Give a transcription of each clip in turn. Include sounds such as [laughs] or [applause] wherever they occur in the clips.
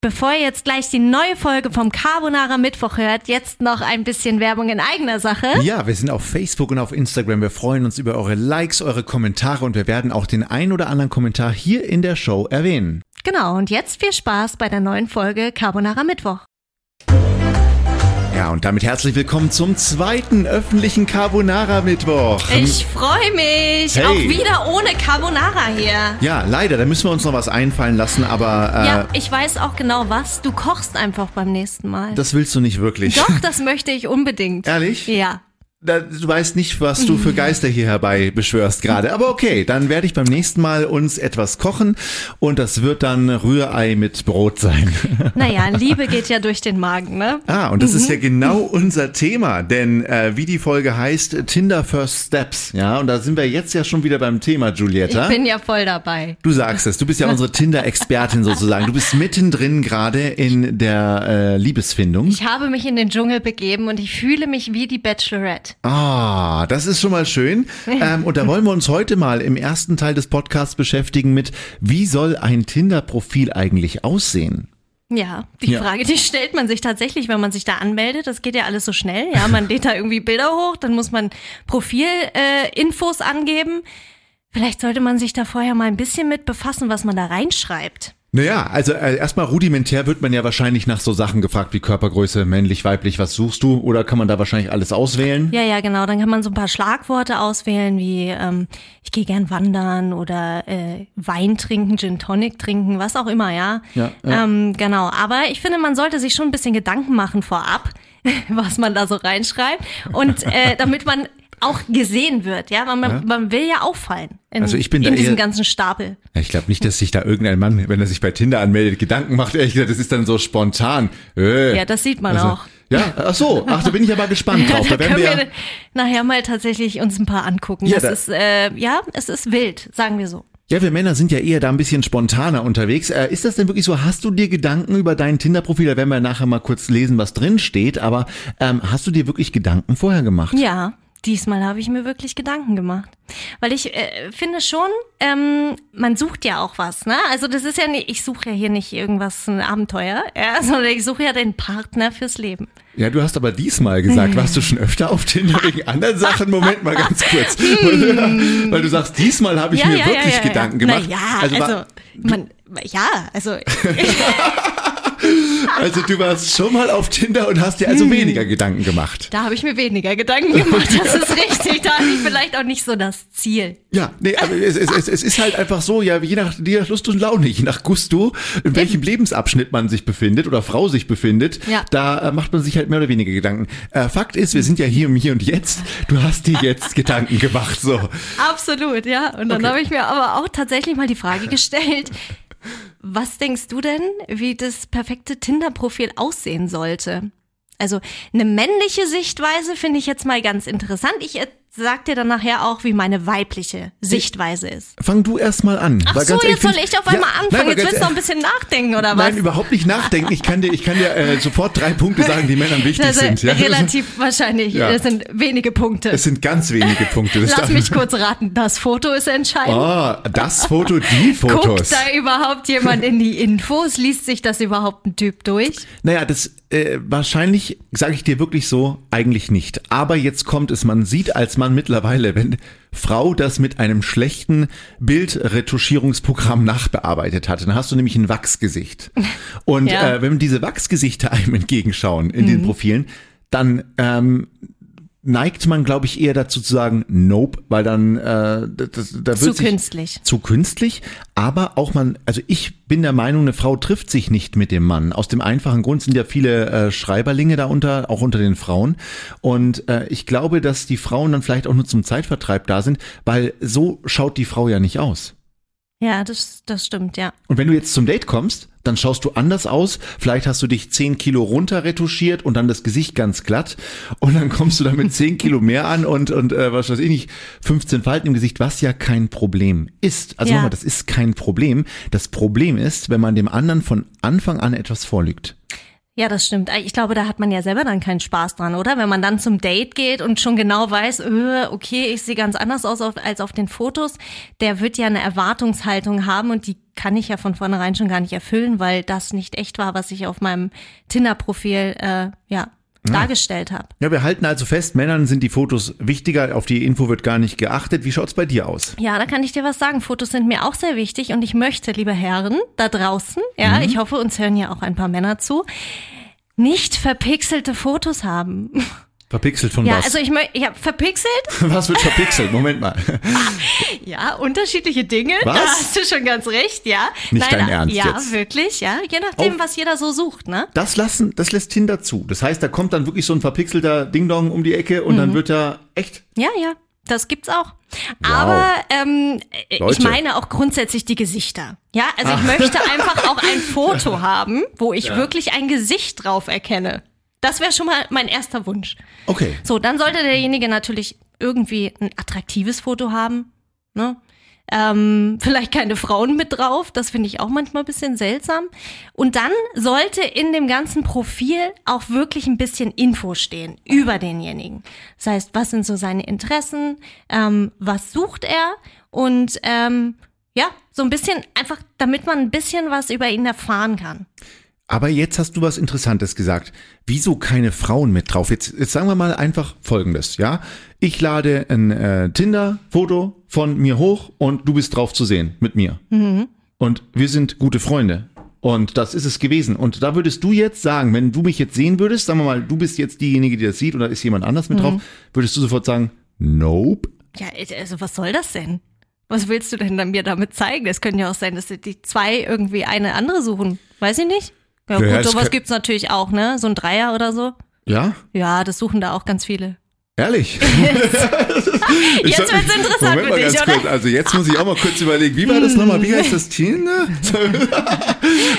Bevor ihr jetzt gleich die neue Folge vom Carbonara Mittwoch hört, jetzt noch ein bisschen Werbung in eigener Sache. Ja, wir sind auf Facebook und auf Instagram. Wir freuen uns über eure Likes, eure Kommentare und wir werden auch den ein oder anderen Kommentar hier in der Show erwähnen. Genau, und jetzt viel Spaß bei der neuen Folge Carbonara Mittwoch. Ja, und damit herzlich willkommen zum zweiten öffentlichen Carbonara Mittwoch. Ich freue mich. Hey. Auch wieder ohne Carbonara hier. Ja, leider, da müssen wir uns noch was einfallen lassen, aber äh, ja, ich weiß auch genau was. Du kochst einfach beim nächsten Mal. das willst du nicht wirklich. [laughs] Doch, das möchte ich unbedingt. Ehrlich? Ja. Da, du weißt nicht, was du für Geister hier herbei beschwörst gerade. Aber okay, dann werde ich beim nächsten Mal uns etwas kochen und das wird dann Rührei mit Brot sein. Naja, Liebe geht ja durch den Magen, ne? Ah, und das ist ja genau unser Thema, denn äh, wie die Folge heißt, Tinder First Steps. Ja, und da sind wir jetzt ja schon wieder beim Thema, Julietta. Ich bin ja voll dabei. Du sagst es, du bist ja unsere Tinder-Expertin sozusagen. Du bist mittendrin gerade in der äh, Liebesfindung. Ich habe mich in den Dschungel begeben und ich fühle mich wie die Bachelorette. Ah, das ist schon mal schön. Ähm, und da wollen wir uns heute mal im ersten Teil des Podcasts beschäftigen mit, wie soll ein Tinder-Profil eigentlich aussehen? Ja, die Ja. Frage, die stellt man sich tatsächlich, wenn man sich da anmeldet. Das geht ja alles so schnell. Ja, man lädt da irgendwie Bilder hoch, dann muss man Profilinfos äh, Infos angeben. Vielleicht sollte man sich da vorher mal ein bisschen mit befassen, was man da reinschreibt. Naja, also äh, erstmal rudimentär wird man ja wahrscheinlich nach so Sachen gefragt wie Körpergröße, männlich, weiblich, was suchst du? Oder kann man da wahrscheinlich alles auswählen? Ja, ja, genau. Dann kann man so ein paar Schlagworte auswählen, wie ähm, ich gehe gern wandern oder äh, Wein trinken, Gin Tonic trinken, was auch immer, ja. Ja, Ähm, genau. Aber ich finde, man sollte sich schon ein bisschen Gedanken machen vorab, [laughs] was man da so reinschreibt. Und [laughs] äh, damit man auch gesehen wird, ja. Man, man, man will ja auffallen in, Also ich bin in da diesem eher- ganzen Stapel. Ja, Ich glaube nicht, dass sich da irgendein Mann, wenn er sich bei Tinder anmeldet, Gedanken macht. Ehrlich gesagt, das ist dann so spontan. Äh, Ja, das sieht man [laughs] auch. Ja, ach so, ach, da bin ich aber [laughs] gespannt drauf. Da da werden können wir, wir nachher mal tatsächlich uns ein paar angucken. Ja, das da- ist, äh, ja, es ist wild, sagen wir so. ja, wir Männer sind ja eher da ein bisschen spontaner unterwegs. Äh, ist das denn wirklich so? Hast du dir Gedanken über dein Tinder-Profil? Da werden wir nachher mal kurz lesen, was drin steht. Aber ähm, hast du dir wirklich Gedanken vorher gemacht? Ja, diesmal habe ich mir wirklich Gedanken gemacht. Weil ich äh, finde schon, ähm, man sucht ja auch was, ne? Also das ist ja nicht, ich suche ja hier nicht irgendwas, ein Abenteuer, ja, [laughs] sondern ich suche ja den Partner fürs Leben. Ja, du hast aber [laughs] diesmal gesagt, warst du schon öfter auf Tinder wegen anderen Sachen? Moment mal ganz kurz. [laughs] Hm. Weil du sagst, diesmal habe ich ja, mir ja, wirklich ja, ja, Gedanken ja. gemacht. Naja, Also also, war- man, ja, [laughs] also Also du warst schon mal auf Tinder und hast dir also Hm. weniger Gedanken gemacht. da habe ich mir weniger Gedanken gemacht, das ist richtig. Da habe ich vielleicht auch nicht so das Ziel. Ja, nee, aber es, es, es, es ist halt einfach so, ja, je nach, je nach Lust und Laune, je nach Gusto, in welchem Lebensabschnitt man sich befindet oder Frau sich befindet, Ja. da äh, macht man sich halt mehr oder weniger Gedanken. Äh, Fakt ist, wir sind ja hier im Hier und Jetzt. Du hast dir jetzt Gedanken gemacht, so. Absolut, ja. Und dann Okay. habe ich mir aber auch tatsächlich mal die [laughs] Frage gestellt, was denkst du denn, wie das perfekte Tinder-Profil aussehen sollte? Also eine männliche Sichtweise finde ich jetzt mal ganz interessant. Ich äh, sag dir dann nachher auch, wie meine weibliche Sichtweise ist. Fang du erst mal an. Ach Weil so, ganz ehrlich, jetzt soll find- ich auf einmal Ja, anfangen. nein, aber jetzt willst du noch ein ganz, bisschen nachdenken, oder was? Nein, überhaupt nicht nachdenken. Ich kann dir, ich kann dir äh, sofort drei [laughs] Punkte sagen, die Männern wichtig also, sind. Ja? Relativ wahrscheinlich. Ja. Das sind wenige Punkte. Es sind ganz wenige Punkte. Das Lass darf- mich kurz raten. Das Foto ist entscheidend. Oh, das Foto, die Fotos. Guckt da überhaupt jemand in die Infos? Liest sich das überhaupt ein Typ durch? Naja, das äh, wahrscheinlich, sage ich dir wirklich so, eigentlich nicht. Aber jetzt kommt es, man sieht als Mann mittlerweile, wenn Frau das mit einem schlechten Bildretuschierungsprogramm nachbearbeitet hat, dann hast du nämlich ein Wachsgesicht. Und Ja. äh, wenn diese Wachsgesichter einem entgegenschauen in den Profilen, dann ähm, neigt man, glaube ich, eher dazu zu sagen, nope, weil dann äh, das, das, da Zu wird sich, künstlich. zu künstlich, aber auch man, also ich bin der Meinung, eine Frau trifft sich nicht mit dem Mann. Aus dem einfachen Grund sind ja viele äh, Schreiberlinge da unter, auch unter den Frauen. Und äh, ich glaube, dass die Frauen dann vielleicht auch nur zum Zeitvertreib da sind, weil so schaut die Frau ja nicht aus. Ja, das, das stimmt, ja. Und wenn du jetzt zum Date kommst, dann schaust du anders aus. Vielleicht hast du dich 10 Kilo runter retuschiert und dann das Gesicht ganz glatt. Und dann kommst du damit 10 Kilo mehr an und, und äh, was weiß ich nicht, 15 Falten im Gesicht, was ja kein Problem ist. Also Ja. nochmal, das ist kein Problem. Das Problem ist, wenn man dem anderen von Anfang an etwas vorlügt. Ja, das stimmt. Ich glaube, da hat man ja selber dann keinen Spaß dran, oder? Wenn man dann zum Date geht und schon genau weiß, öh, okay, ich sehe ganz anders aus auf- als auf den Fotos, der wird ja eine Erwartungshaltung haben und die kann ich ja von vornherein schon gar nicht erfüllen, weil das nicht echt war, was ich auf meinem Tinder-Profil äh, ja, dargestellt habe. Ja, wir halten also fest, Männern sind die Fotos wichtiger, auf die Info wird gar nicht geachtet. Wie schaut's bei dir aus? Ja, da kann ich dir was sagen. Fotos sind mir auch sehr wichtig und ich möchte, liebe Herren, da draußen, ja, Mhm. ich hoffe, uns hören ja auch ein paar Männer zu, nicht verpixelte Fotos haben. [laughs] Verpixelt von Ja, was? also ich möchte, ja, verpixelt, [laughs] was wird verpixelt? Moment mal. ja, unterschiedliche Dinge, [laughs] Was? da hast du schon ganz recht, ja. Nicht dein ah, Ernst Ja, jetzt. Oh. wirklich, ja, je nachdem, Auf- was jeder so sucht, ne? Das lassen, das lässt Tinder zu. Das heißt, da kommt dann wirklich so ein verpixelter Ding-Dong um die Ecke und dann wird da echt. Ja, ja, das gibt's auch. Aber ähm, äh, ich Leute. meine auch grundsätzlich die Gesichter. Ja, also ich möchte einfach auch ein Foto haben, wo ich wirklich ein Gesicht drauf erkenne. Das wäre schon mal mein erster Wunsch. Okay. So, dann sollte derjenige natürlich irgendwie ein attraktives Foto haben. Ne? Ähm, vielleicht keine Frauen mit drauf, das finde ich auch manchmal ein bisschen seltsam. Und dann sollte in dem ganzen Profil auch wirklich ein bisschen Info stehen über denjenigen. Das heißt, was sind so seine Interessen, ähm, was sucht er und ähm, ja, so ein bisschen einfach, damit man ein bisschen was über ihn erfahren kann. Aber jetzt hast du was Interessantes gesagt. Wieso keine Frauen mit drauf? Jetzt, jetzt sagen wir mal einfach Folgendes, ja? Ich lade ein äh, Tinder-Foto von mir hoch und du bist drauf zu sehen mit mir. Und wir sind gute Freunde. Und das ist es gewesen. Und da würdest du jetzt sagen, wenn du mich jetzt sehen würdest, sagen wir mal, du bist jetzt diejenige, die das sieht oder ist jemand anders mit drauf, würdest du sofort sagen, nope. Ja, also was soll das denn? Was willst du denn dann mir damit zeigen? Es könnte ja auch sein, dass die zwei irgendwie eine andere suchen. Weiß ich nicht. Ja, Ja, gut, es sowas kann- gibt's natürlich auch, ne? So ein Dreier oder so. Ja? Ja, das suchen da auch ganz viele. [laughs] Ehrlich? Jetzt sag- wird's interessant Moment mal für dich, ganz oder? Kurz. Also jetzt muss ich auch mal kurz überlegen, wie war das nochmal? Wie heißt [laughs] das Tinder?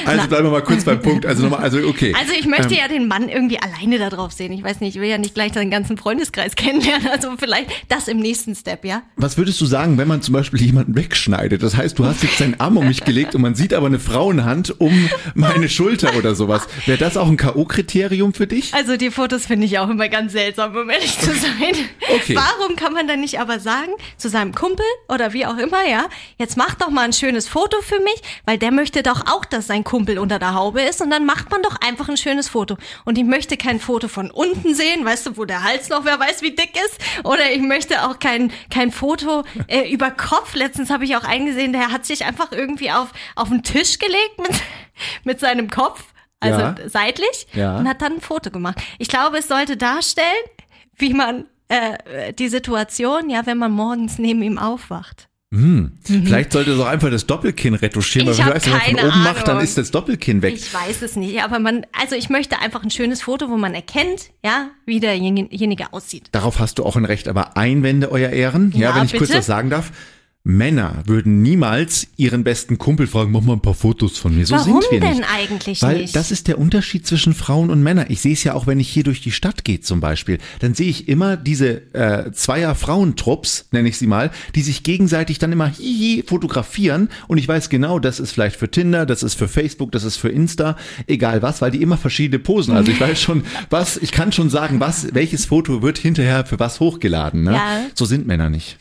also bleiben wir mal kurz beim Punkt. Also nochmal, also okay. Also ich möchte ja den Mann irgendwie alleine da drauf sehen. Ich weiß nicht, ich will ja nicht gleich seinen ganzen Freundeskreis [laughs] kennenlernen. Also vielleicht das im nächsten Step, ja? Was würdest du sagen, wenn man zum Beispiel jemanden wegschneidet? Das heißt, du hast jetzt deinen Arm um mich gelegt und man sieht aber eine Frauenhand um meine Schulter oder sowas. Wäre das auch ein K.O.-Kriterium für dich? Also die Fotos finde ich auch immer ganz seltsam, um ehrlich zu sein. Okay. Warum kann man dann nicht aber sagen zu seinem Kumpel oder wie auch immer, ja, jetzt mach doch mal ein schönes Foto für mich, weil der möchte doch auch, dass sein Kumpel unter der Haube ist und dann macht man doch einfach ein schönes Foto. Und ich möchte kein Foto von unten sehen, weißt du, wo der Hals noch, wer weiß, wie dick ist. Oder ich möchte auch kein, kein Foto äh, über Kopf. Letztens habe ich auch eingesehen, der hat sich einfach irgendwie auf, auf den Tisch gelegt mit, mit seinem Kopf. Also Ja. seitlich Ja. und hat dann ein Foto gemacht. Ich glaube, es sollte darstellen, wie man äh, die Situation, ja, wenn man morgens neben ihm aufwacht. Vielleicht sollte es auch einfach das Doppelkinn retuschieren, Mhm. Ich weil hab weißt, wenn man von keine oben macht, dann Ahnung. ist das Doppelkinn weg. Ich weiß es nicht, aber man, also ich möchte einfach ein schönes Foto, wo man erkennt, ja, wie derjenige aussieht. Darauf hast du auch ein Recht, aber Einwände, euer Ehren, ja, Ja, wenn ich kurz bitte. was sagen darf. Männer würden niemals ihren besten Kumpel fragen, mach mal ein paar Fotos von mir. So Warum sind wir denn nicht. eigentlich Weil nicht? das ist der Unterschied zwischen Frauen und Männern. Ich sehe es ja auch, wenn ich hier durch die Stadt gehe zum Beispiel. Dann sehe ich immer diese äh, zweier Frauentrupps, nenne ich sie mal, die sich gegenseitig dann immer hihi fotografieren. Und ich weiß genau, das ist vielleicht für Tinder, das ist für Facebook, das ist für Insta, egal was, weil die immer verschiedene Posen. Also ich [laughs] weiß schon, was, ich kann schon sagen, was, welches Foto wird hinterher für was hochgeladen. Ne? Ja. So sind Männer nicht.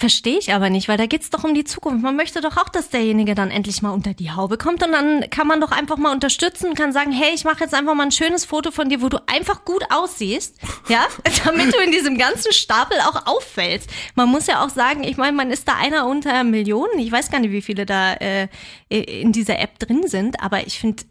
Verstehe ich aber nicht, weil da geht's doch um die Zukunft. Man möchte doch auch, dass derjenige dann endlich mal unter die Haube kommt und dann kann man doch einfach mal unterstützen und kann sagen, hey, ich mache jetzt einfach mal ein schönes Foto von dir, wo du einfach gut aussiehst, ja, [laughs] damit du in diesem ganzen Stapel auch auffällst. Man muss ja auch sagen, ich meine, man ist da einer unter Millionen. Ich weiß gar nicht, wie viele da äh, in dieser App drin sind, aber ich finde,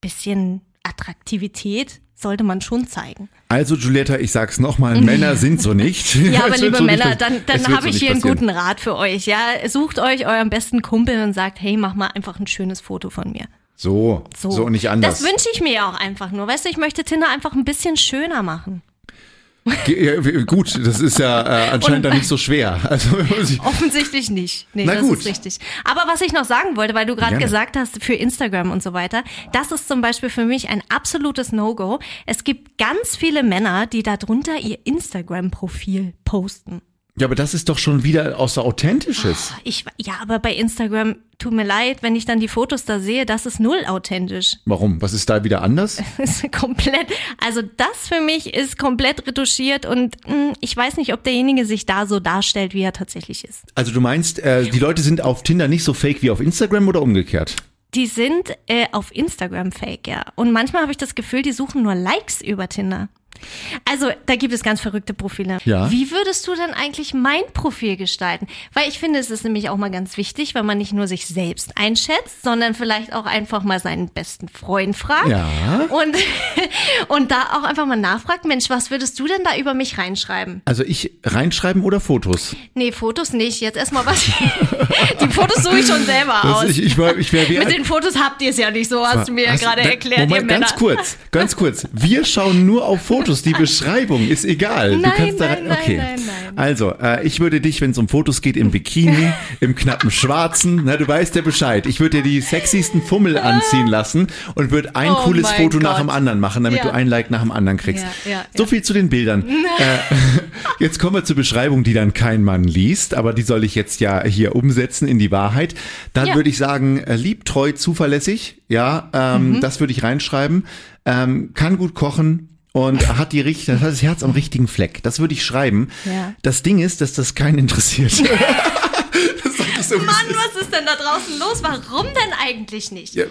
bisschen Attraktivität sollte man schon zeigen. Also Julietta, ich [laughs] sag's nochmal, Männer sind so nicht. Ja, aber [laughs] Es wird liebe so nicht Männer, pass- dann, es dann wird habe so ich nicht hier einen passieren. guten Rat für euch. Ja, sucht euch euren besten Kumpel und sagt, hey, mach mal einfach ein schönes Foto von mir. So, so, So, und nicht anders. Das wünsche ich mir ja auch einfach nur. Weißt du, ich möchte Tinder einfach ein bisschen schöner machen. [laughs] Ge- ja, w- Gut, das ist ja äh, anscheinend dann nicht so schwer. Also, ich- Offensichtlich nicht. Nee, Na das gut. ist richtig. Aber was ich noch sagen wollte, weil du gerade Gerne. gesagt hast, für Instagram und so weiter, das ist zum Beispiel für mich ein absolutes No-Go. Es gibt ganz viele Männer, die darunter ihr Instagram-Profil posten. Ja, aber das ist doch schon wieder außer Authentisches. Ich, ja, aber bei Instagram, tut mir leid, wenn ich dann die Fotos da sehe, das ist null authentisch. [laughs] Warum? Was ist da wieder anders? Das ist komplett, also das für mich ist komplett retuschiert und mh, ich weiß nicht, ob derjenige sich da so darstellt, wie er tatsächlich ist. Also du meinst, äh, die Leute sind auf Tinder nicht so fake wie auf Instagram oder umgekehrt? Die sind äh, auf Instagram fake, ja. Und manchmal habe ich das Gefühl, die suchen nur Likes über Tinder. Also, da gibt es ganz verrückte Profile. Ja. Wie würdest du denn eigentlich mein Profil gestalten? Weil ich finde, es ist nämlich auch mal ganz wichtig, weil man nicht nur sich selbst einschätzt, sondern vielleicht auch einfach mal seinen besten Freund fragt. Ja. Und, [laughs] und da auch einfach mal nachfragt, Mensch, was würdest du denn da über mich reinschreiben? Also ich reinschreiben oder Fotos? Nee, Fotos nicht. Jetzt erstmal was. [laughs] Die Fotos suche ich schon selber Das- aus. ich, ich, wär- [laughs] ich wär wie Mit den Fotos habt ihr es ja nicht so, hast du mir ja Also, gerade da- erklärt, Moment, ihr Männer. ganz kurz, ganz kurz. Wir schauen nur auf Fotos. Die Beschreibung ist egal. du Nein, kannst da, nein, nein, okay. nein, nein. Also, äh, ich würde dich, wenn es um Fotos geht, [laughs] im Bikini, im knappen Schwarzen, na, du weißt ja Bescheid. Ich würde dir die sexiesten Fummel anziehen lassen und würde ein Ah. Oh cooles mein Foto nach Gott. dem anderen machen, damit Ja. du ein Like nach dem anderen kriegst. Ja, ja, so viel zu den Bildern. Äh, jetzt kommen wir zur Beschreibung, die dann kein Mann liest, aber die soll ich jetzt ja hier umsetzen in die Wahrheit. Dann Ja. würde ich sagen, äh, lieb, treu, zuverlässig. Ja, ähm, Mhm. das würde ich reinschreiben. Ähm, kann gut kochen und hat die richt- das, hat das Herz am richtigen Fleck. Das würde ich schreiben. Ja. Das Ding ist, dass das [laughs] keinen interessiert. das sag ich so, wie es Mann, ist. was ist denn da draußen los? Warum denn eigentlich nicht? Ja,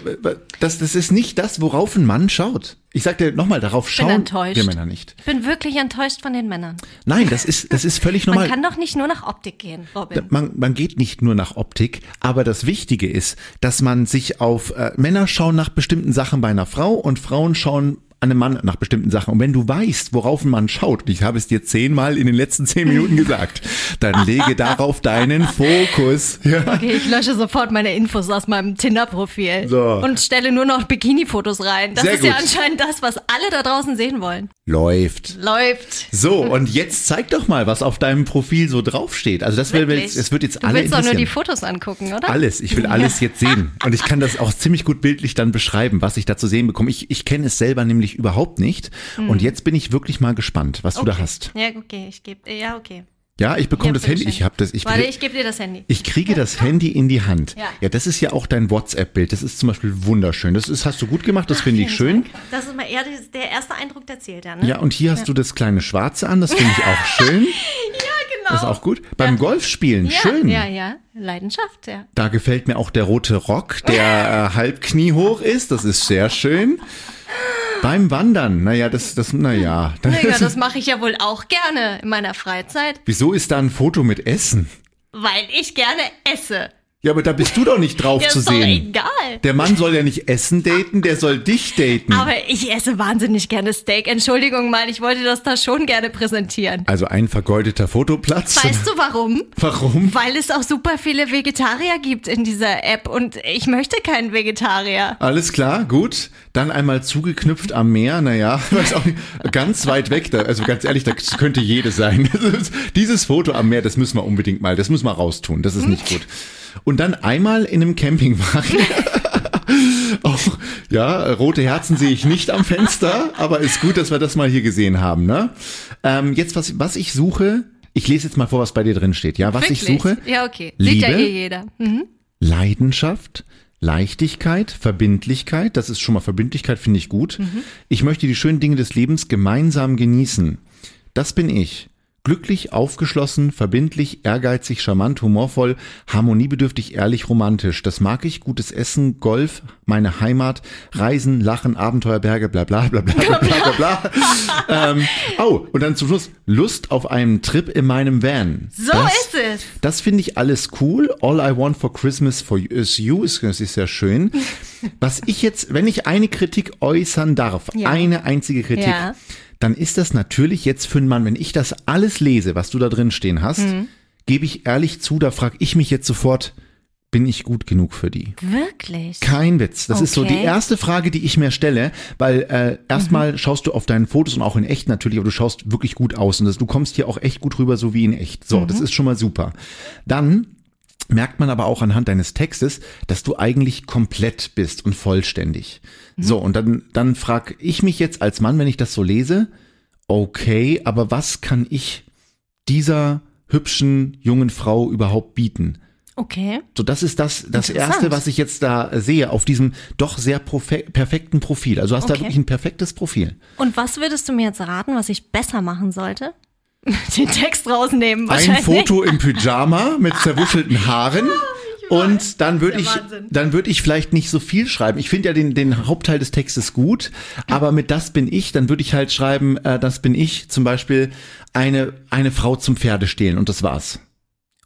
das, das ist nicht das, worauf ein Mann schaut. Ich sag dir nochmal, darauf bin schauen enttäuscht. wir Männer nicht. Ich bin wirklich enttäuscht von den Männern. Nein, das ist, das ist völlig Man normal. kann doch nicht nur nach Optik gehen, Robin. man, man geht nicht nur nach Optik, aber das Wichtige ist, dass man sich auf äh, Männer schauen nach bestimmten Sachen bei einer Frau und Frauen schauen an einem Mann nach bestimmten Sachen. Und wenn du weißt, worauf ein Mann schaut, und ich habe es dir zehnmal in den letzten zehn Minuten gesagt, dann [laughs] lege darauf deinen Fokus. Ja. Okay, ich lösche sofort meine Infos aus meinem Tinder-Profil So. und stelle nur noch Bikini-Fotos rein. Das Sehr ist ja gut. anscheinend das, was alle da draußen sehen wollen. Läuft. Läuft. So, und jetzt zeig doch mal, was auf deinem Profil so draufsteht. Also das wird Wirklich. jetzt, es wird jetzt du alle willst doch nur interessieren. die Fotos angucken, oder? Alles, ich will alles jetzt sehen. Und ich kann das auch ziemlich gut bildlich dann beschreiben, was ich da zu sehen bekomme. Ich, ich kenne es selber nämlich überhaupt nicht. Und jetzt bin ich wirklich mal gespannt, was du da hast. Ja, Hm. okay, ich gebe. Ja, okay. Ja, ich bekomme Hier, das Handy. bitteschön. Ich habe das. Ich, Warte, ich gebe dir das Handy. ich kriege das Handy in die Hand. Ja. ja, das ist ja auch dein WhatsApp-Bild. Das ist zum Beispiel wunderschön. Das ist, hast du gut gemacht. Das finde ich schön. Das ist mal eher die- der erste Eindruck, der zählt ja, ne? [laughs] Ja, und hier hast du das kleine Schwarze an. Das finde ich auch schön. genau. Das ist auch gut. Beim Golfspielen, ja, schön. Ja, ja. Leidenschaft, ja. Da gefällt mir auch der rote Rock, [laughs] der äh, halb kniehoch ist. Das ist sehr schön. Beim Wandern, naja, das, das, naja. [laughs] Naja, das mache ich ja wohl auch gerne in meiner Freizeit, [laughs] Wieso ist da ein Foto mit Essen? weil ich gerne esse. Ja, aber da bist du doch nicht drauf Ja, zu ist doch sehen. egal. Der Mann soll ja nicht Essen daten, der soll dich daten. Aber ich esse wahnsinnig gerne Steak. Entschuldigung mal, ich wollte das da schon gerne präsentieren. also ein vergeudeter Fotoplatz. Weißt du warum? [laughs] Warum? Weil es auch super viele Vegetarier gibt in dieser App und ich möchte keinen Vegetarier. Alles klar, gut. Dann einmal zugeknüpft am Meer, naja, [laughs] weiß auch nicht, ganz weit weg. Da, also ganz ehrlich, das könnte jede sein. [laughs] Das ist- Dieses Foto am Meer, das müssen wir unbedingt mal, das müssen wir raustun, das ist nicht gut. Und dann einmal in einem Campingwagen. [laughs] Auch, ja, rote Herzen sehe ich nicht am Fenster, aber ist gut, dass wir das mal hier gesehen haben. Ne? Ähm, jetzt, was, was ich suche, ich lese jetzt mal vor, was bei dir drin steht. Ja, was ich Wirklich? suche, Ja, okay. Sieht Liebe, ja eh jeder. Hm. Leidenschaft, Leichtigkeit, Verbindlichkeit. Das ist schon mal Verbindlichkeit, finde ich gut. Mhm. Ich möchte die schönen Dinge des Lebens gemeinsam genießen. Das bin ich. Glücklich, aufgeschlossen, verbindlich, ehrgeizig, charmant, humorvoll, harmoniebedürftig, ehrlich, romantisch. Das mag ich. Gutes Essen, Golf, meine Heimat, Reisen, Lachen, Abenteuer, Berge, bla bla bla bla bla bla bla. [laughs] bla. ähm, oh, und dann zum Schluss Lust auf einen Trip in meinem Van. So das, ist es. das finde ich alles cool. All I want for Christmas for you is you ist, das ist [laughs] sehr schön. Was ich jetzt, wenn ich eine Kritik äußern darf, Ja. eine einzige Kritik, Ja. dann ist das natürlich jetzt für einen Mann, wenn ich das alles lese, was du da drin stehen hast, Mhm. gebe ich ehrlich zu, da frage ich mich jetzt sofort, bin ich gut genug für die? Wirklich? Kein Witz. Das ist so Okay. die erste Frage, die ich mir stelle, weil äh, erstmal schaust du auf deinen Fotos und auch in echt natürlich, aber du schaust wirklich gut aus und das, du kommst hier auch echt gut rüber, so wie in echt. So, das ist schon mal super. Dann merkt man aber auch anhand deines Textes, dass du eigentlich komplett bist und vollständig. So, und dann, dann frag ich mich jetzt als Mann, wenn ich das so lese, okay, aber was kann ich dieser hübschen jungen Frau überhaupt bieten. Okay. So, das ist das, das Interessant. erste, was ich jetzt da sehe auf diesem doch sehr profe- perfekten Profil. Also du hast da Okay. wirklich ein perfektes Profil. Und was würdest du mir jetzt raten, was ich besser machen sollte? [laughs] Den Text rausnehmen Ein wahrscheinlich. Ah, Foto im Pyjama mit [laughs] zerwuschelten Haaren. Und dann würde ich, der Wahnsinn. dann würde ich vielleicht nicht so viel schreiben. Ich finde ja den, den Hauptteil des Textes gut, aber mit das bin ich, dann würde ich halt schreiben, äh, das bin ich, zum Beispiel eine, eine Frau zum Pferde stehlen und das war's.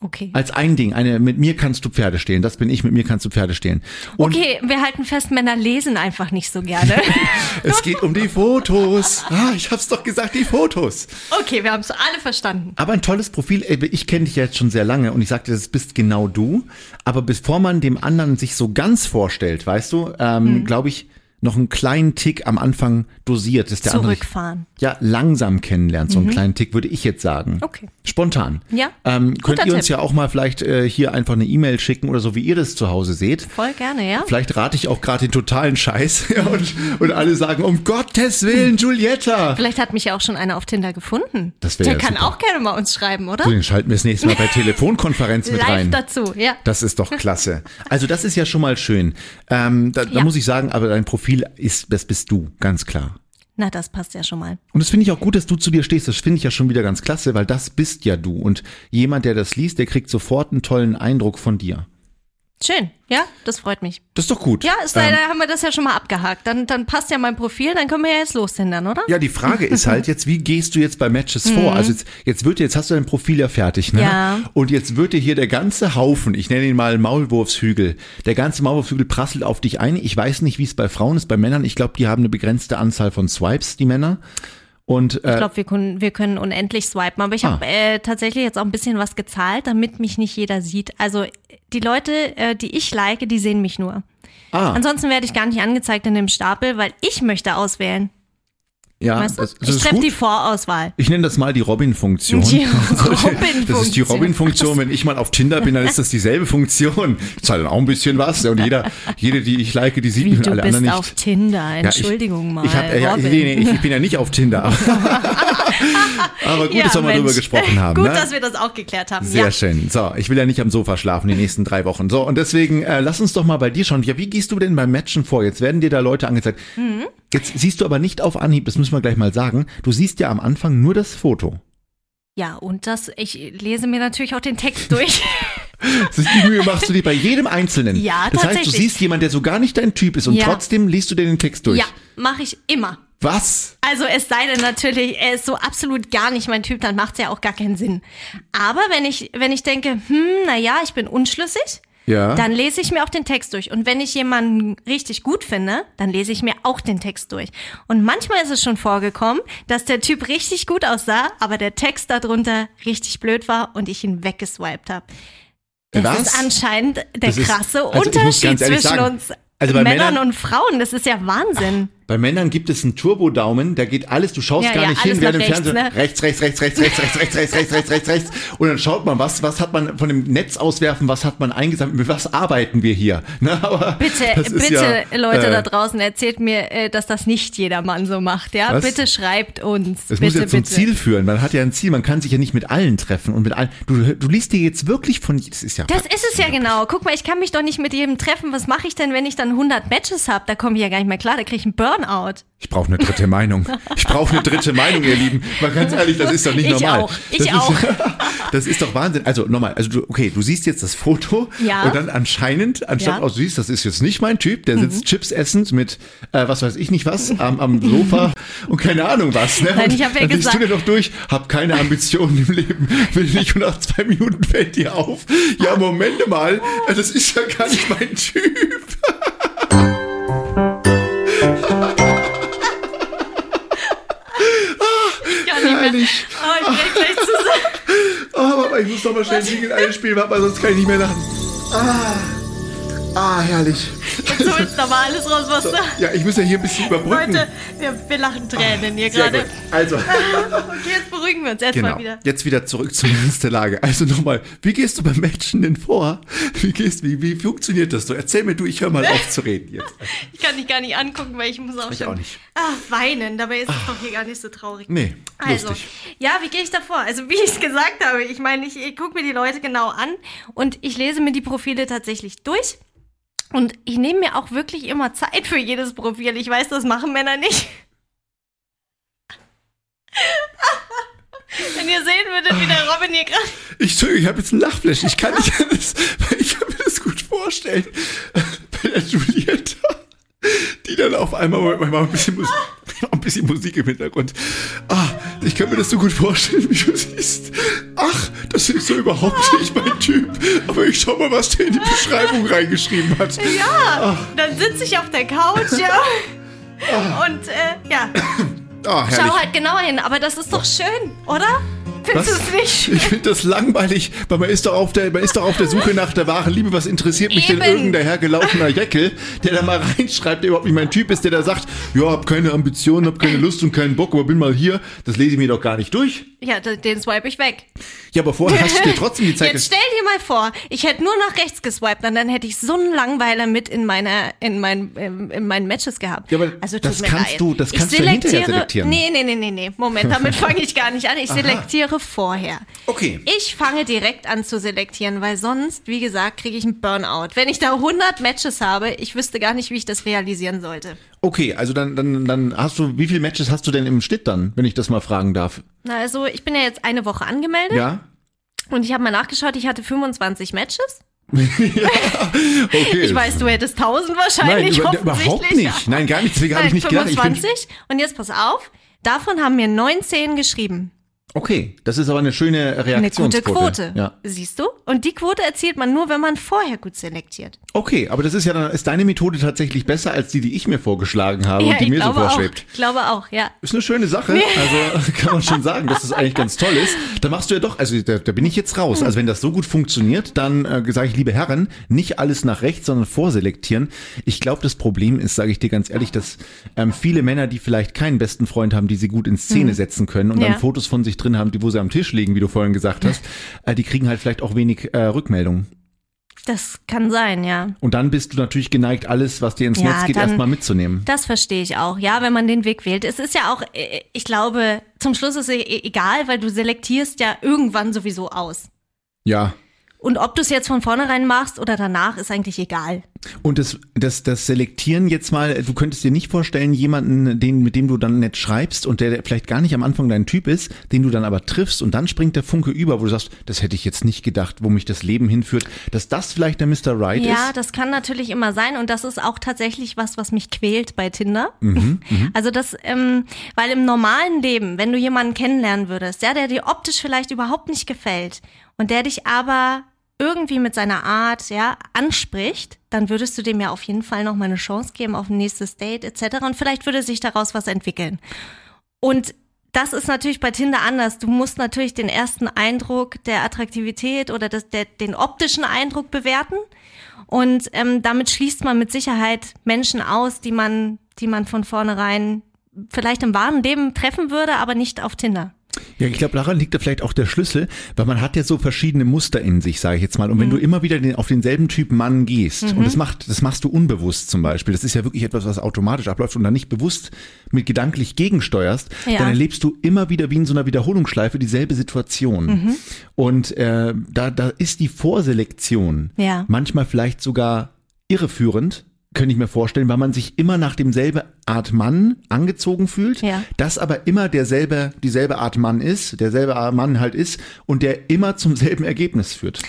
Okay. Als ein Ding, eine, mit mir kannst du Pferde stehlen, das bin ich, mit mir kannst du Pferde stehlen. Und Okay, wir halten fest, Männer lesen einfach nicht so gerne. [laughs] es geht um die Fotos. Ah, ich hab's doch gesagt, die Fotos. okay, wir haben es alle verstanden. Aber ein tolles Profil. Ey, Ich kenne dich ja jetzt schon sehr lange und ich sagte, das bist genau du. Aber bevor man dem anderen sich so ganz vorstellt, weißt du, ähm, Hm. glaube ich, noch einen kleinen Tick am Anfang dosiert, dass der Zurückfahren. Mhm. andere ja langsam kennenlernt. So einen kleinen Tick würde ich jetzt sagen. Okay. Spontan. Ja, Ähm, könnt guter ihr uns Tipp. ja auch mal vielleicht äh, hier einfach eine E-Mail schicken oder so, wie ihr das zu Hause seht. Voll gerne, ja? Vielleicht rate ich auch gerade den totalen Scheiß [laughs] und, und alle sagen, um Gottes Willen, Giulietta. Vielleicht hat mich ja auch schon einer auf Tinder gefunden. Das wär Der ja kann super. auch gerne mal uns schreiben, oder? So, Den schalten wir das nächste Mal bei Telefonkonferenz mit Live rein. dazu, ja. Das ist [laughs] doch klasse. Also das ist ja schon mal schön. Ähm, da, da Ja. muss ich sagen, aber dein Profil ist, das bist du, ganz klar. Na, das passt ja schon mal. Und das finde ich auch gut, dass du zu dir stehst. Das finde ich ja schon wieder ganz klasse, weil das bist ja du. Und jemand, der das liest, der kriegt sofort einen tollen Eindruck von dir. Schön, ja, das freut mich. Das ist doch gut. Ähm, Ja, ist leider haben wir das ja schon mal abgehakt. Dann, dann passt ja mein Profil, dann können wir ja jetzt loshindern, oder? Ja, die Frage ist halt jetzt, wie gehst du jetzt bei Matches vor? Also jetzt, jetzt wird dir, jetzt hast du dein Profil ja fertig, ne? Mhm. Ja. Und jetzt wird dir hier der ganze Haufen, ich nenne ihn mal Maulwurfshügel, der ganze Maulwurfshügel prasselt auf dich ein. Ich weiß nicht, wie es bei Frauen ist, bei Männern. Ich glaube, die haben eine begrenzte Anzahl von Swipes, die Männer. Und Ich äh, glaube, wir können, wir können unendlich swipen, aber ich habe Ah. äh, tatsächlich jetzt auch ein bisschen was gezahlt, damit mich nicht jeder sieht. Also die Leute, äh, die ich like, die sehen mich nur. ah, Ansonsten werde ich gar nicht angezeigt in dem Stapel, weil ich möchte auswählen. ja, Weißt du? Ah, das, das ich ist treffe gut. die Vorauswahl. ich nenne das mal die Robin-Funktion. Die [laughs] Das ist die Robin-Funktion. Robin-Funktion. Wenn ich mal auf Tinder bin, dann ist das dieselbe Funktion. Ich zahle dann auch ein bisschen was. Und jeder, jede, die ich like, die sieht Wie, mich und du alle bist anderen nicht. auf Tinder, Ja, ich- Entschuldigung mal. Ich, hab, äh, ja, Robin. nee, nee, ich bin ja nicht [laughs] auf Tinder. Aber gut, Ja, dass wir mal Mensch. drüber gesprochen haben. Gut, ne? dass wir das auch geklärt haben. Sehr ja. schön. So, ich will ja nicht am Sofa schlafen die nächsten drei Wochen. So, und deswegen äh, lass uns doch mal bei dir schauen. Ja, wie gehst du denn beim Matchen vor? Jetzt werden dir da Leute angezeigt. Mhm. Jetzt siehst du aber nicht auf Anhieb, das müssen wir gleich mal sagen. Du siehst ja am Anfang nur das Foto. ja, und das, ich lese mir natürlich auch den Text durch. Das ist die Mühe machst du dir bei jedem Einzelnen. Ja, das heißt, du tatsächlich. siehst jemanden, der so gar nicht dein Typ ist und Ja. trotzdem liest du dir den Text [laughs] durch. ja, mache ich immer. Was? Also es sei denn natürlich, er ist so absolut gar nicht mein Typ, dann macht es ja auch gar keinen Sinn. Aber wenn ich, wenn ich denke, hm, naja, ich bin unschlüssig, Ja. dann lese ich mir auch den Text durch. Und wenn ich jemanden richtig gut finde, dann lese ich mir auch den Text durch. Und manchmal ist es schon vorgekommen, dass der Typ richtig gut aussah, aber der Text darunter richtig blöd war und ich ihn weggeswiped habe. Das Was? ist anscheinend der Das ist- krasse also ich muss Unterschied ganz ehrlich zwischen sagen, uns also bei Männern, Männern- und Frauen. Das ist ja Wahnsinn. Bei Männern gibt es einen Turbo-Daumen, da geht alles, du schaust Ja, gar ja, nicht alles hin, während im nach rechts, Fernsehen. ne? Rechts, rechts, rechts, rechts, rechts, rechts, rechts, rechts, rechts, rechts, rechts, rechts. Und dann schaut man, was, was hat man von dem Netz auswerfen, was hat man eingesammelt, mit was arbeiten wir hier? Ne, [laughs] aber das Bitte, ist bitte, ja, Leute äh, da draußen, erzählt mir, äh, dass das nicht jedermann so macht, ja? Was? Bitte schreibt uns. Das bitte, muss ja zum bitte. Ziel führen. Man hat ja ein Ziel, man kann sich ja nicht mit allen treffen und mit allen. Du, du liest dir jetzt wirklich von. Das ist ja. Das ist es ja genau. Guck mal, ich kann mich doch nicht mit jedem treffen. Was mache ich denn, wenn ich dann 100 Matches habe? Da komme ich ja gar nicht mehr klar. Da kriege ich einen Burnout. Ich brauche eine dritte Meinung. Ich brauche eine dritte Meinung, ihr Lieben. Mal ganz ehrlich, das ist doch nicht Ich normal. auch. Ich das ist, auch. [laughs] Das ist doch Wahnsinn. Also nochmal, also du, okay, du siehst jetzt das Foto Ja. und dann anscheinend, anstatt Ja. Mhm. auch du siehst, das ist jetzt nicht mein Typ, der sitzt Chips essend mit äh, was weiß ich nicht was am, am Sofa und keine Ahnung was. Ne? Nein, und ich hab ja dann liest du gesagt- dir doch durch, hab keine Ambitionen im Leben, will nicht und nach zwei Minuten fällt dir auf. Ja, Moment mal, das ist ja gar nicht [laughs] mein Typ. Ich kann nicht mehr. Ehrlich. Oh, ich krieg gleich zusammen. Oh, Mama, ich muss doch mal schnell Jingle einspielen, Papa, sonst kann ich nicht mehr lachen. Ah, ah herrlich. [laughs] Jetzt du holst nochmal alles raus, was da. Ja, ich muss ja hier ein bisschen überbrücken. Leute, wir, wir lachen Tränen hier Sehr gerade. gut. [laughs] Also, Okay, jetzt beruhigen wir uns erstmal genau. wieder. Jetzt wieder zurück zur Ernst der Lage. Also nochmal, wie gehst du beim Matchen denn vor? Wie gehst, wie, wie funktioniert das so? Erzähl mir du, [laughs] ich höre mal auf zu reden jetzt. Ich kann dich gar nicht angucken, weil ich muss auch Ich schon auch nicht. Ah. Ah, weinen. Dabei ist es doch hier gar nicht so traurig. Nee, Also, lustig. ja, wie gehe ich davor? Also, [laughs] wie ich es gesagt habe, ich meine, ich, ich gucke mir die Leute genau an und ich lese mir die Profile tatsächlich durch. Und ich nehme mir auch wirklich immer Zeit für jedes Profil. Ich weiß, das machen Männer nicht. [laughs] Wenn ihr sehen würdet, wie der Robin hier gerade Ich, Entschuldigung, ich habe jetzt ein Lachfläschchen. Ich kann nicht alles, weil ich kann mir das gut vorstellen. Bei der Julieta, die dann auf einmal Moment, mal ein bisschen Musik, mal ein bisschen Musik im Hintergrund. Ah, ich kann mir das so gut vorstellen, wie du siehst. Ach, das ist so überhaupt nicht mein Typ. Aber ich schau mal, was der in die Beschreibung reingeschrieben hat. Ja, dann sitze ich auf der Couch ja. und äh, ja, Ah, herrlich. schau halt genauer hin. Aber das ist doch schön, oder? Findest du es nicht? [laughs] Ich finde das langweilig, weil man ist doch auf der, man ist doch auf der Suche nach der wahren Liebe. Was interessiert mich denn Eben. irgendein hergelaufener Jeckel, der da mal reinschreibt, der überhaupt nicht mein Typ ist, der da sagt, ja, hab keine Ambitionen, hab keine Lust und keinen Bock, aber bin mal hier. Das lese ich mir doch gar nicht durch. Ja, d- den swipe ich weg. Ja, aber vorher hast du dir trotzdem die Zeit. Jetzt stell dir mal vor, ich hätte nur nach rechts geswiped und dann hätte ich so einen Langweiler mit in meiner in meinen in, in meinen Matches gehabt. Also Ja, aber tut das mir kannst leid. du- das kannst ich du ja hinterher selektiere, selektieren. Nee, nee, nee, nee, nee. Moment, damit fange ich gar nicht an. Ich selektiere vorher. Okay. Ich fange direkt an zu selektieren, weil sonst, wie gesagt, kriege ich einen Burnout. Wenn ich da 100 Matches habe, ich wüsste gar nicht, wie ich das realisieren sollte. Okay, also dann, dann, dann hast du, wie viele Matches hast du denn im Schnitt dann, wenn ich das mal fragen darf? Na, also, ich bin ja jetzt eine Woche angemeldet Ja? und ich habe mal nachgeschaut, ich hatte 25 Matches. Okay. Ich weiß, du hättest 1000 Nein, wahrscheinlich, über, hoffentlich. überhaupt nicht. Nein, gar nicht. Deswegen habe ich Nein, nicht gedacht. Ich find, 25. und jetzt pass auf, davon haben mir 19 geschrieben. okay, das ist aber eine schöne Eine Reaktionsquote. gute Quote. Ja. Siehst du? Und die Quote erzielt man nur, wenn man vorher gut selektiert. Okay, aber das ist ja dann, ist deine Methode tatsächlich besser als die, die ich mir vorgeschlagen habe und die ich mir so glaube vorschwebt. auch. Ich glaube auch, ja. Ist eine schöne Sache, also [laughs] kann man schon sagen, dass es eigentlich ganz toll ist. Da machst du ja doch, also da, da bin ich jetzt raus. Also wenn das so gut funktioniert, dann äh, sage ich, liebe Herren, nicht alles nach rechts, sondern vorselektieren. Ich glaube, das Problem ist, sage ich dir ganz ehrlich, dass ähm, viele Männer, die vielleicht keinen besten Freund haben, die sie gut in Szene setzen können und Mhm. Ja. dann Fotos von sich drin haben, die wo sie am Tisch liegen, wie du vorhin gesagt hast, äh, die kriegen halt vielleicht auch wenig äh, Rückmeldungen. Das kann sein, ja. Und dann bist du natürlich geneigt, alles, was dir ins Ja, Netz geht, dann- erstmal mitzunehmen. Das verstehe ich auch. Ja, wenn man den Weg wählt. Es ist ja auch, äh, ich glaube, zum Schluss ist es e- egal, weil du selektierst ja irgendwann sowieso aus. Ja. Und ob du es jetzt von vornherein machst oder danach, ist eigentlich egal. Und das, das, das Selektieren jetzt mal, du könntest dir nicht vorstellen, jemanden, den, mit dem du dann nett schreibst und der vielleicht gar nicht am Anfang dein Typ ist, den du dann aber triffst und dann springt der Funke über, wo du sagst, das hätte ich jetzt nicht gedacht, wo mich das Leben hinführt, dass das vielleicht der Mr. Right Ja, ist. das kann natürlich immer sein und das ist auch tatsächlich was, was mich quält bei Tinder. [laughs] Also das, ähm, weil im normalen Leben, wenn du jemanden kennenlernen würdest, ja, der dir optisch vielleicht überhaupt nicht gefällt und der dich aber irgendwie mit seiner Art, ja, anspricht, dann würdest du dem ja auf jeden Fall noch mal eine Chance geben auf ein nächstes Date etc. Und vielleicht würde sich daraus was entwickeln. Und das ist natürlich bei Tinder anders. Du musst natürlich den ersten Eindruck der Attraktivität oder das, der, den optischen Eindruck bewerten. Und ähm, damit schließt man mit Sicherheit Menschen aus, die man, die man von vornherein vielleicht im wahren Leben treffen würde, aber nicht auf Tinder. Ja, ich glaube, daran liegt da vielleicht auch der Schlüssel, weil man hat ja so verschiedene Muster in sich, sage ich jetzt mal. Und wenn Mhm. du immer wieder den, auf denselben Typ Mann gehst, und das macht, das machst du unbewusst zum Beispiel, das ist ja wirklich etwas, was automatisch abläuft und dann nicht bewusst mit gedanklich gegensteuerst, Ja. dann erlebst du immer wieder wie in so einer Wiederholungsschleife dieselbe Situation. Mhm. Und äh, da, da ist die Vorselektion Ja. manchmal vielleicht sogar irreführend, könnte ich mir vorstellen, weil man sich immer nach demselben Art Mann angezogen fühlt, Ja. das aber immer derselbe, dieselbe Art Mann ist, derselbe Art Mann halt ist und der immer zum selben Ergebnis führt.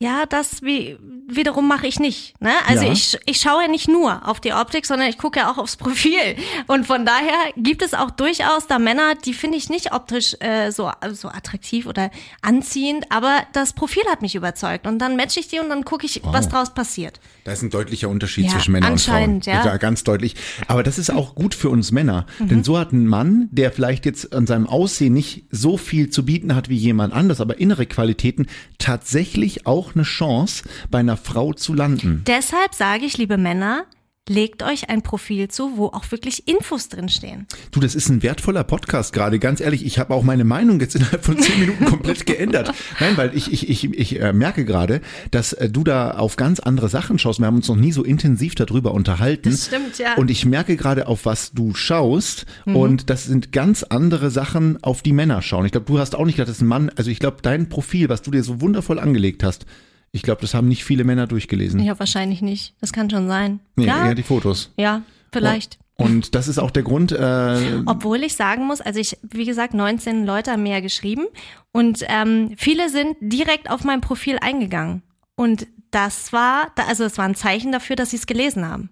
Ja, das wie, wiederum mache ich nicht. Ne? Also Ja. ich, ich schaue ja nicht nur auf die Optik, sondern ich gucke ja auch aufs [laughs] Profil. Und von daher gibt es auch durchaus da Männer, die finde ich nicht optisch äh, so, so attraktiv oder anziehend, aber das Profil hat mich überzeugt. Und dann matche ich die und dann gucke ich, was draus passiert. Da ist ein deutlicher Unterschied Ja, zwischen Männern und Frauen. anscheinend, ja. Mhm. ganz deutlich. Aber das ist auch gut für uns Männer. Denn so hat ein Mann, der vielleicht jetzt an seinem Aussehen nicht so viel zu bieten hat wie jemand anders, aber innere Qualitäten, tatsächlich auch eine Chance, bei einer Frau zu landen. Deshalb sage ich, liebe Männer, legt euch ein Profil zu, wo auch wirklich Infos drinstehen. Du, das ist ein wertvoller Podcast gerade. Ganz ehrlich, ich habe auch meine Meinung jetzt innerhalb von zehn Minuten komplett geändert. Nein, weil ich, ich, ich, ich äh, merke gerade, dass äh, du da auf ganz andere Sachen schaust. Wir haben uns noch nie so intensiv darüber unterhalten. Das stimmt, ja. Mhm. Und ich merke gerade, auf was du schaust. Und das sind ganz andere Sachen, auf die Männer schauen. Ich glaube, du hast auch nicht gedacht, dass ein Mann, also ich glaube, dein Profil, was du dir so wundervoll angelegt hast, ich glaube, das haben nicht viele Männer durchgelesen. Ja, wahrscheinlich nicht. Das kann schon sein. Nee, Oh, ja, eher die Fotos. ja, vielleicht. Und das ist auch der Grund, äh, Obwohl ich sagen muss, also ich, wie gesagt, 19 Leute haben mir ja geschrieben und ähm, viele sind direkt auf mein Profil eingegangen. Und das war, da- also das war ein Zeichen dafür, dass sie es gelesen haben.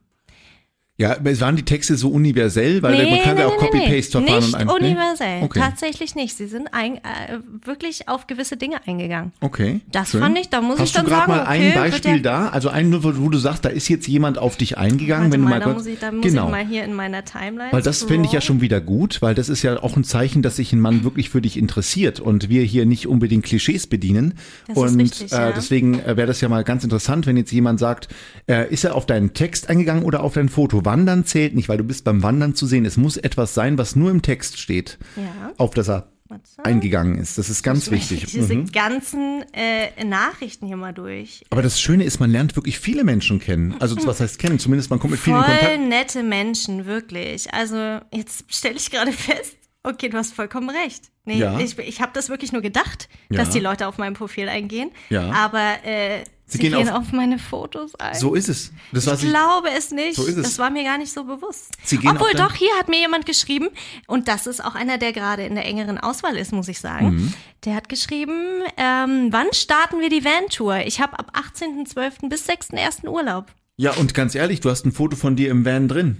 ja, es waren die Texte so universell, weil Also man kann ja auch Copy-Paste-Verfahren Nicht und ein- nee? universell. Okay. Tatsächlich nicht. Sie sind ein, äh, wirklich auf gewisse Dinge eingegangen. okay. Das fand ich, da muss Hast ich dann du gerade sagen, mal ein okay, wird Beispiel ja- da? Also ein, wo du sagst, da ist jetzt jemand auf dich eingegangen, wenn du mal, da kurz- muss ich, da muss genau. ich mal hier in meiner Timeline. Weil das finde ich ja schon wieder gut, weil das ist ja auch ein Zeichen, dass sich ein Mann wirklich für dich interessiert und wir hier nicht unbedingt Klischees bedienen. Das ist und richtig, äh, ja. deswegen äh, wäre das ja mal ganz interessant, wenn jetzt jemand sagt, äh, ist er auf deinen Text eingegangen oder auf dein Foto? Wandern zählt nicht, weil du bist beim Wandern zu sehen. Es muss etwas sein, was nur im Text steht, Ja. auf das er Warte. eingegangen ist. Das ist ganz wichtig. Diese Mhm. ganzen äh, Nachrichten hier mal durch. Aber das Schöne ist, man lernt wirklich viele Menschen kennen. [laughs] Also was heißt kennen? Zumindest man kommt mit vielen in Voll Kontakt. nette Menschen, wirklich. Also jetzt stelle ich gerade [laughs] fest, okay, du hast vollkommen recht. Nee, Ja. ich, ich habe das wirklich nur gedacht, Ja. dass die Leute auf mein Profil eingehen. Ja. Aber äh, sie, gehen gehen, auf- auf, meine Fotos ein. So ist es. Das ich was ich- glaube es nicht. So ist es. Das war mir gar nicht so bewusst. Sie gehen auf Obwohl dein- doch, hier hat mir jemand geschrieben, und das ist auch einer, der gerade in der engeren Auswahl ist, muss ich sagen. Mhm. Der hat geschrieben, ähm, wann starten wir die Van-Tour? Ich habe ab 18.12. bis 6.1. Urlaub. Ja, und ganz ehrlich, du hast ein Foto von dir im Van drin.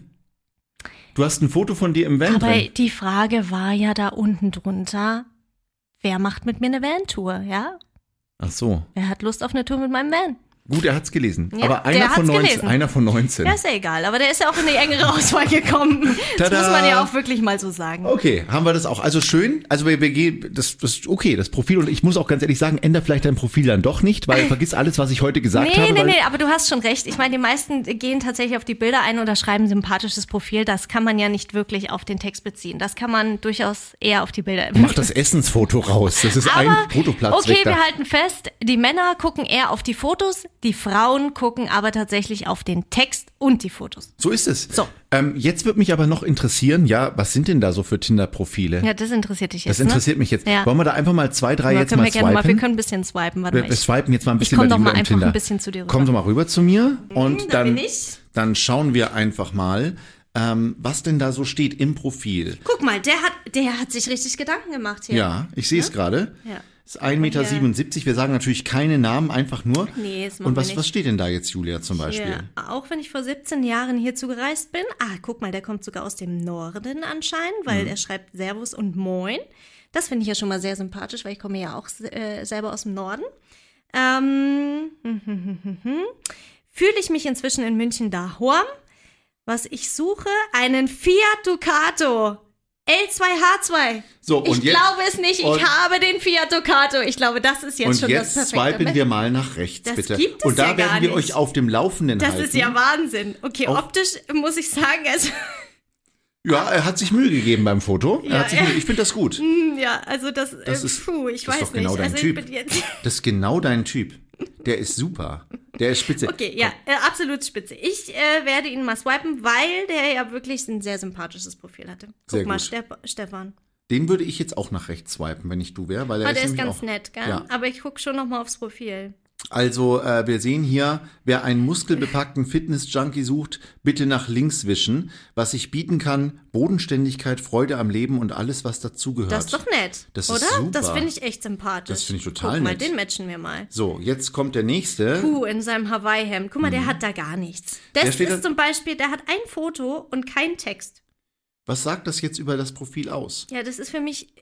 Du hast ein Foto von dir im Van Aber drin. die Frage war ja da unten drunter, wer macht mit mir eine Van-Tour, ja? Ach so. Wer hat Lust auf eine Tour mit meinem Van? Gut, er hat's gelesen. Ja, aber der einer von, hat's 19, gelesen. einer von 19. Ja, ist ja egal, aber der ist ja auch in die engere [laughs] Auswahl gekommen. Das Tada! muss man ja auch wirklich mal so sagen. Okay, haben wir das auch. Also schön. Also wir, wir gehen, das, das ist okay, das Profil. Und ich muss auch ganz ehrlich sagen, änder vielleicht dein Profil dann doch nicht, weil vergiss alles, was ich heute gesagt Nee, habe. nee, weil, nee, aber du hast schon recht. Ich meine, die meisten gehen tatsächlich auf die Bilder ein oder schreiben sympathisches Profil. Das kann man ja nicht wirklich auf den Text beziehen. Das kann man durchaus eher auf die Bilder Mach das Essensfoto raus. Das ist ein Fotoplatz okay, weg da. wir halten fest, die Männer gucken eher auf die Fotos, die Frauen gucken aber tatsächlich auf den Text und die Fotos. So ist es. So. Ähm, jetzt wird mich aber noch interessieren, ja, was sind denn da so für Tinder-Profile? Ja, das interessiert dich jetzt. das interessiert ne? mich jetzt. Ja. Wollen wir da einfach mal zwei, drei Aber jetzt können mal wir, gerne mal, wir swipen? können ein bisschen swipen. Warte Wir, mal, wir ich, swipen jetzt mal ein ich bisschen komm bei doch dir mal im einfach Tinder. ein bisschen zu dir rüber. Mhm, Komm doch mal rüber zu mir und da dann, bin ich. dann schauen wir einfach mal, ähm, was denn da so steht im Profil. guck mal, der hat, der hat sich richtig Gedanken gemacht hier. Ja, ich sehe es gerade. Ja. Ist 1,77 Meter. Wir sagen natürlich keine Namen, einfach nur. Nee, das machen und wir was, nicht. was steht denn da jetzt, Julia, zum Beispiel? Ja, auch wenn ich vor 17 Jahren hier zugereist bin. Ah, guck mal, der kommt sogar aus dem Norden anscheinend, weil Mhm. er schreibt Servus und Moin. Das finde ich ja schon mal sehr sympathisch, weil ich komme ja auch äh, selber aus dem Norden. Ähm, [laughs] Fühle ich mich inzwischen in München daheim? Was ich suche? Einen Fiat Ducato. L2H2. So, ich und jetzt- glaube es nicht. und- Ich habe den Fiat Ducato. Ich glaube, das ist jetzt Und schon jetzt das perfekte. swipen wir mal nach rechts, Das bitte. gibt es und da ja werden gar wir nicht. euch auf dem Laufenden Das halten. ist ja Wahnsinn. Okay, Auf- optisch muss ich sagen, also, [laughs] ja, er hat sich Mühe gegeben beim Foto. Er Ja, hat sich ja. Mühe. Ich finde [laughs] das gut. hm, ja, also das, Das äh, ist- puh, ich das ist weiß doch genau nicht. dein also Typ. ich bin jetzt, [laughs] Das ist genau dein Typ. Der ist super. Der ist spitze. okay, ja, äh, absolut spitze. Ich äh, werde ihn mal swipen, weil der ja wirklich ein sehr sympathisches Profil hatte. Guck Sehr mal, gut. Stepp- Stefan. Den würde ich jetzt auch nach rechts swipen, wenn ich du wäre, weil er Ah, ist, der ist nämlich ganz auch, nett, gell? Ja. Aber ich gucke schon nochmal aufs Profil. Also äh, wir sehen hier, wer einen muskelbepackten Fitness-Junkie sucht, bitte nach links wischen. Was ich bieten kann, Bodenständigkeit, Freude am Leben und alles, was dazugehört. Das ist doch nett, Das oder? ist super. Das finde ich echt sympathisch. Das finde ich total Guck mal, nett. den matchen wir mal. so, jetzt kommt der nächste. Puh, in seinem Hawaii-Hemd. Guck mal, der hat da gar nichts. Mhm. Der Das steht ist da- zum Beispiel, der hat ein Foto und keinen Text. Was sagt das jetzt über das Profil aus? Ja, das ist für mich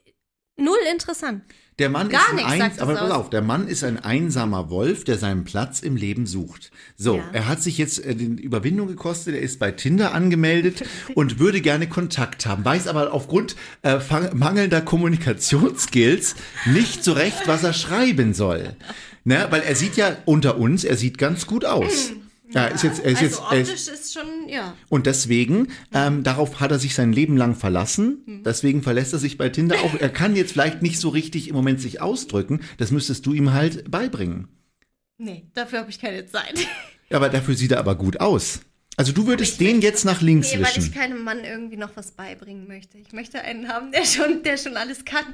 null interessant. Der Mann Gar ist ein nichts Eins- sagt das aber pass aus. auf, der Mann ist ein einsamer Wolf, der seinen Platz im Leben sucht. So, Ja. er hat sich jetzt äh, die Überwindung gekostet, er ist bei Tinder angemeldet [laughs] und würde gerne Kontakt haben, weiß aber aufgrund äh, fang- mangelnder Kommunikationsskills nicht so recht, was er schreiben soll. Ne, weil er sieht ja unter uns, er sieht ganz gut aus. Ja, ist jetzt, ist jetzt, Hm. also optisch ist schon, ja. Und Mhm. deswegen, ähm, darauf hat er sich sein Leben lang verlassen. Deswegen verlässt er sich bei Tinder auch. Er kann jetzt vielleicht nicht so richtig im Moment sich ausdrücken. Das müsstest du ihm halt beibringen. Nee, dafür habe ich keine Zeit. Aber dafür sieht er aber gut aus. Also du würdest den jetzt nach links Nee, weil ich wischen. keinem Mann irgendwie noch was beibringen möchte. Ich möchte einen haben, der schon, der schon alles kann.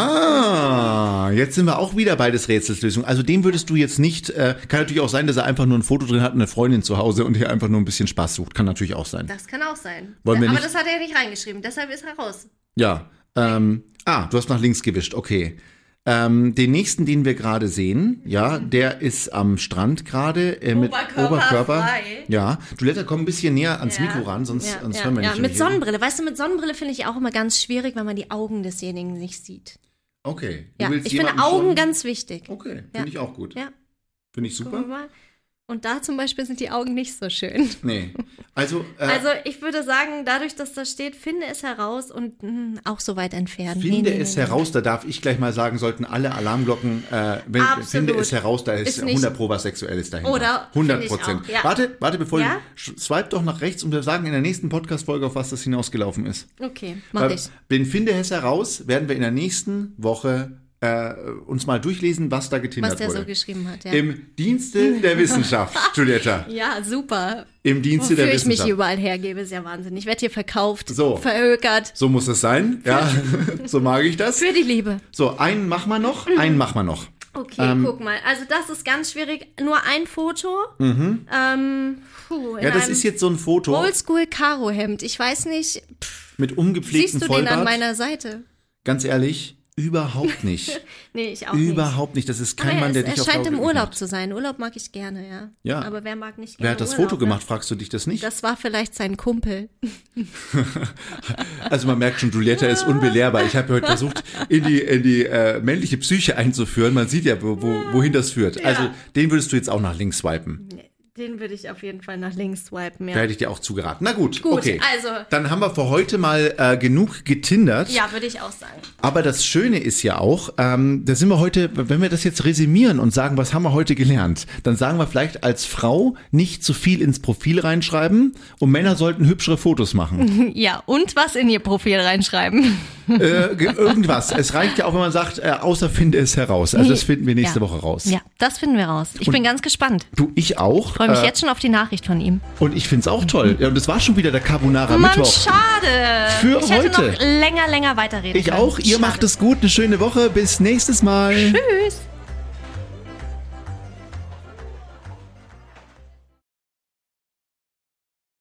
Aha, jetzt sind wir auch wieder beides Rätselslösung. Also den würdest du jetzt nicht, äh, kann natürlich auch sein, dass er einfach nur ein Foto drin hat, und eine Freundin zu Hause und hier einfach nur ein bisschen Spaß sucht. Kann natürlich auch sein. Das kann auch sein. Wollen wir Aber nicht- das hat er ja nicht reingeschrieben, deshalb ist er raus. Ja. Ähm, ah, du hast nach links gewischt, okay. Ähm, den nächsten, den wir gerade sehen, ja, der ist am Strand gerade äh, mit Oberkörper Oberkörper. frei. Ja, du Letter, komm ein bisschen näher ans Ja. Mikro ran, sonst, Ja, sonst ja, hören wir ja. nicht. mit mehr hier. Sonnenbrille. Weißt du, mit Sonnenbrille finde ich auch immer ganz schwierig, weil man die Augen desjenigen nicht sieht. Okay. Du Ja, willst ich finde jemanden Augen schon- ganz wichtig. Okay, finde Ja. ich auch gut. Ja, Finde ich gucken wir super. mal. Und da zum Beispiel sind die Augen nicht so schön. Nee. Also, äh, Also ich würde sagen, dadurch, dass da steht, finde es heraus und mh, auch so weit entfernen. Nee, finde nee, es nee, nee. heraus, da darf ich gleich mal sagen, sollten alle Alarmglocken, äh, wenn, Absolut. finde es heraus, da ist, Ist nicht- 100 Pro was Sexuelles dahinter. Oder? 100 Finde Prozent. ich auch, ja. Warte, warte, bevor Ja? du, swipe doch nach rechts und wir sagen in der nächsten Podcast-Folge, auf was das hinausgelaufen ist. Okay, mach Weil ich. Den Finde es heraus, werden wir in der nächsten Woche äh, uns mal durchlesen, was da getindert Was der wurde. so geschrieben hat, ja. Im Dienste [laughs] der Wissenschaft, Julietta. ja, super. Im Dienste Wofür der ich mich Wissenschaft. hier überall hergebe, ist ja Wahnsinn. Ich werde hier verkauft, So. verhökert. so muss es sein, ja. [laughs] so mag ich das. Für die Liebe. So, einen machen wir noch, Mhm. einen machen wir noch. Okay, Ähm, guck mal. Also das ist ganz schwierig. Nur ein Foto. Ähm, puh, in Mhm. Ja, das einem ist jetzt so ein Foto Oldschool Karo Hemd. Ich weiß nicht. Pff, mit siehst umgepflegtem du den an Vollbart. meiner Seite? Ganz ehrlich, [laughs] überhaupt nicht. Nee, ich auch nicht. überhaupt nicht. Das ist kein Aber Mann, der Ah es, dich er auf scheint im Dauer glücklich Urlaub macht. zu sein. Urlaub mag ich gerne, ja. Ja. Aber wer mag nicht gerne Wer hat das Urlaub, Foto gemacht, fragst du dich das nicht? Ne? Das war vielleicht sein Kumpel. Also man merkt schon, Julietta ist unbelehrbar. Ich habe ja heute versucht, in die, in die äh, männliche Psyche einzuführen. Man sieht ja, wo, wo, wohin das führt. Also den würdest du jetzt auch nach links swipen. Den würde ich auf jeden Fall nach links swipen, Da hätte ich dir auch zugeraten. Na gut, Gut, okay. also- Dann haben wir für heute mal äh, genug getindert. Ja, würde ich auch sagen. Aber das Schöne ist ja auch, ähm, da sind wir heute, wenn wir das jetzt resümieren und sagen, was haben wir heute gelernt, dann sagen wir vielleicht als Frau nicht zu viel ins Profil reinschreiben und Männer sollten hübschere Fotos [laughs] machen. [laughs] Ja, und was in ihr Profil reinschreiben. äh, ge- irgendwas. Es reicht ja auch, wenn man sagt, äh, außer finde es heraus. Also das finden wir nächste Ja. Woche raus. Ja, das finden wir raus. Ich bin ganz gespannt. Du, ich auch. Freue mich äh, jetzt schon auf die Nachricht von ihm. Und ich find's auch toll. Ja, und das war schon wieder der Carbonara Mann, Mittwoch. schade. Für ich hätte heute. noch länger, länger weiterreden Ich können. auch. Ihr Schade. macht es gut. Eine schöne Woche. Bis nächstes Mal. Tschüss.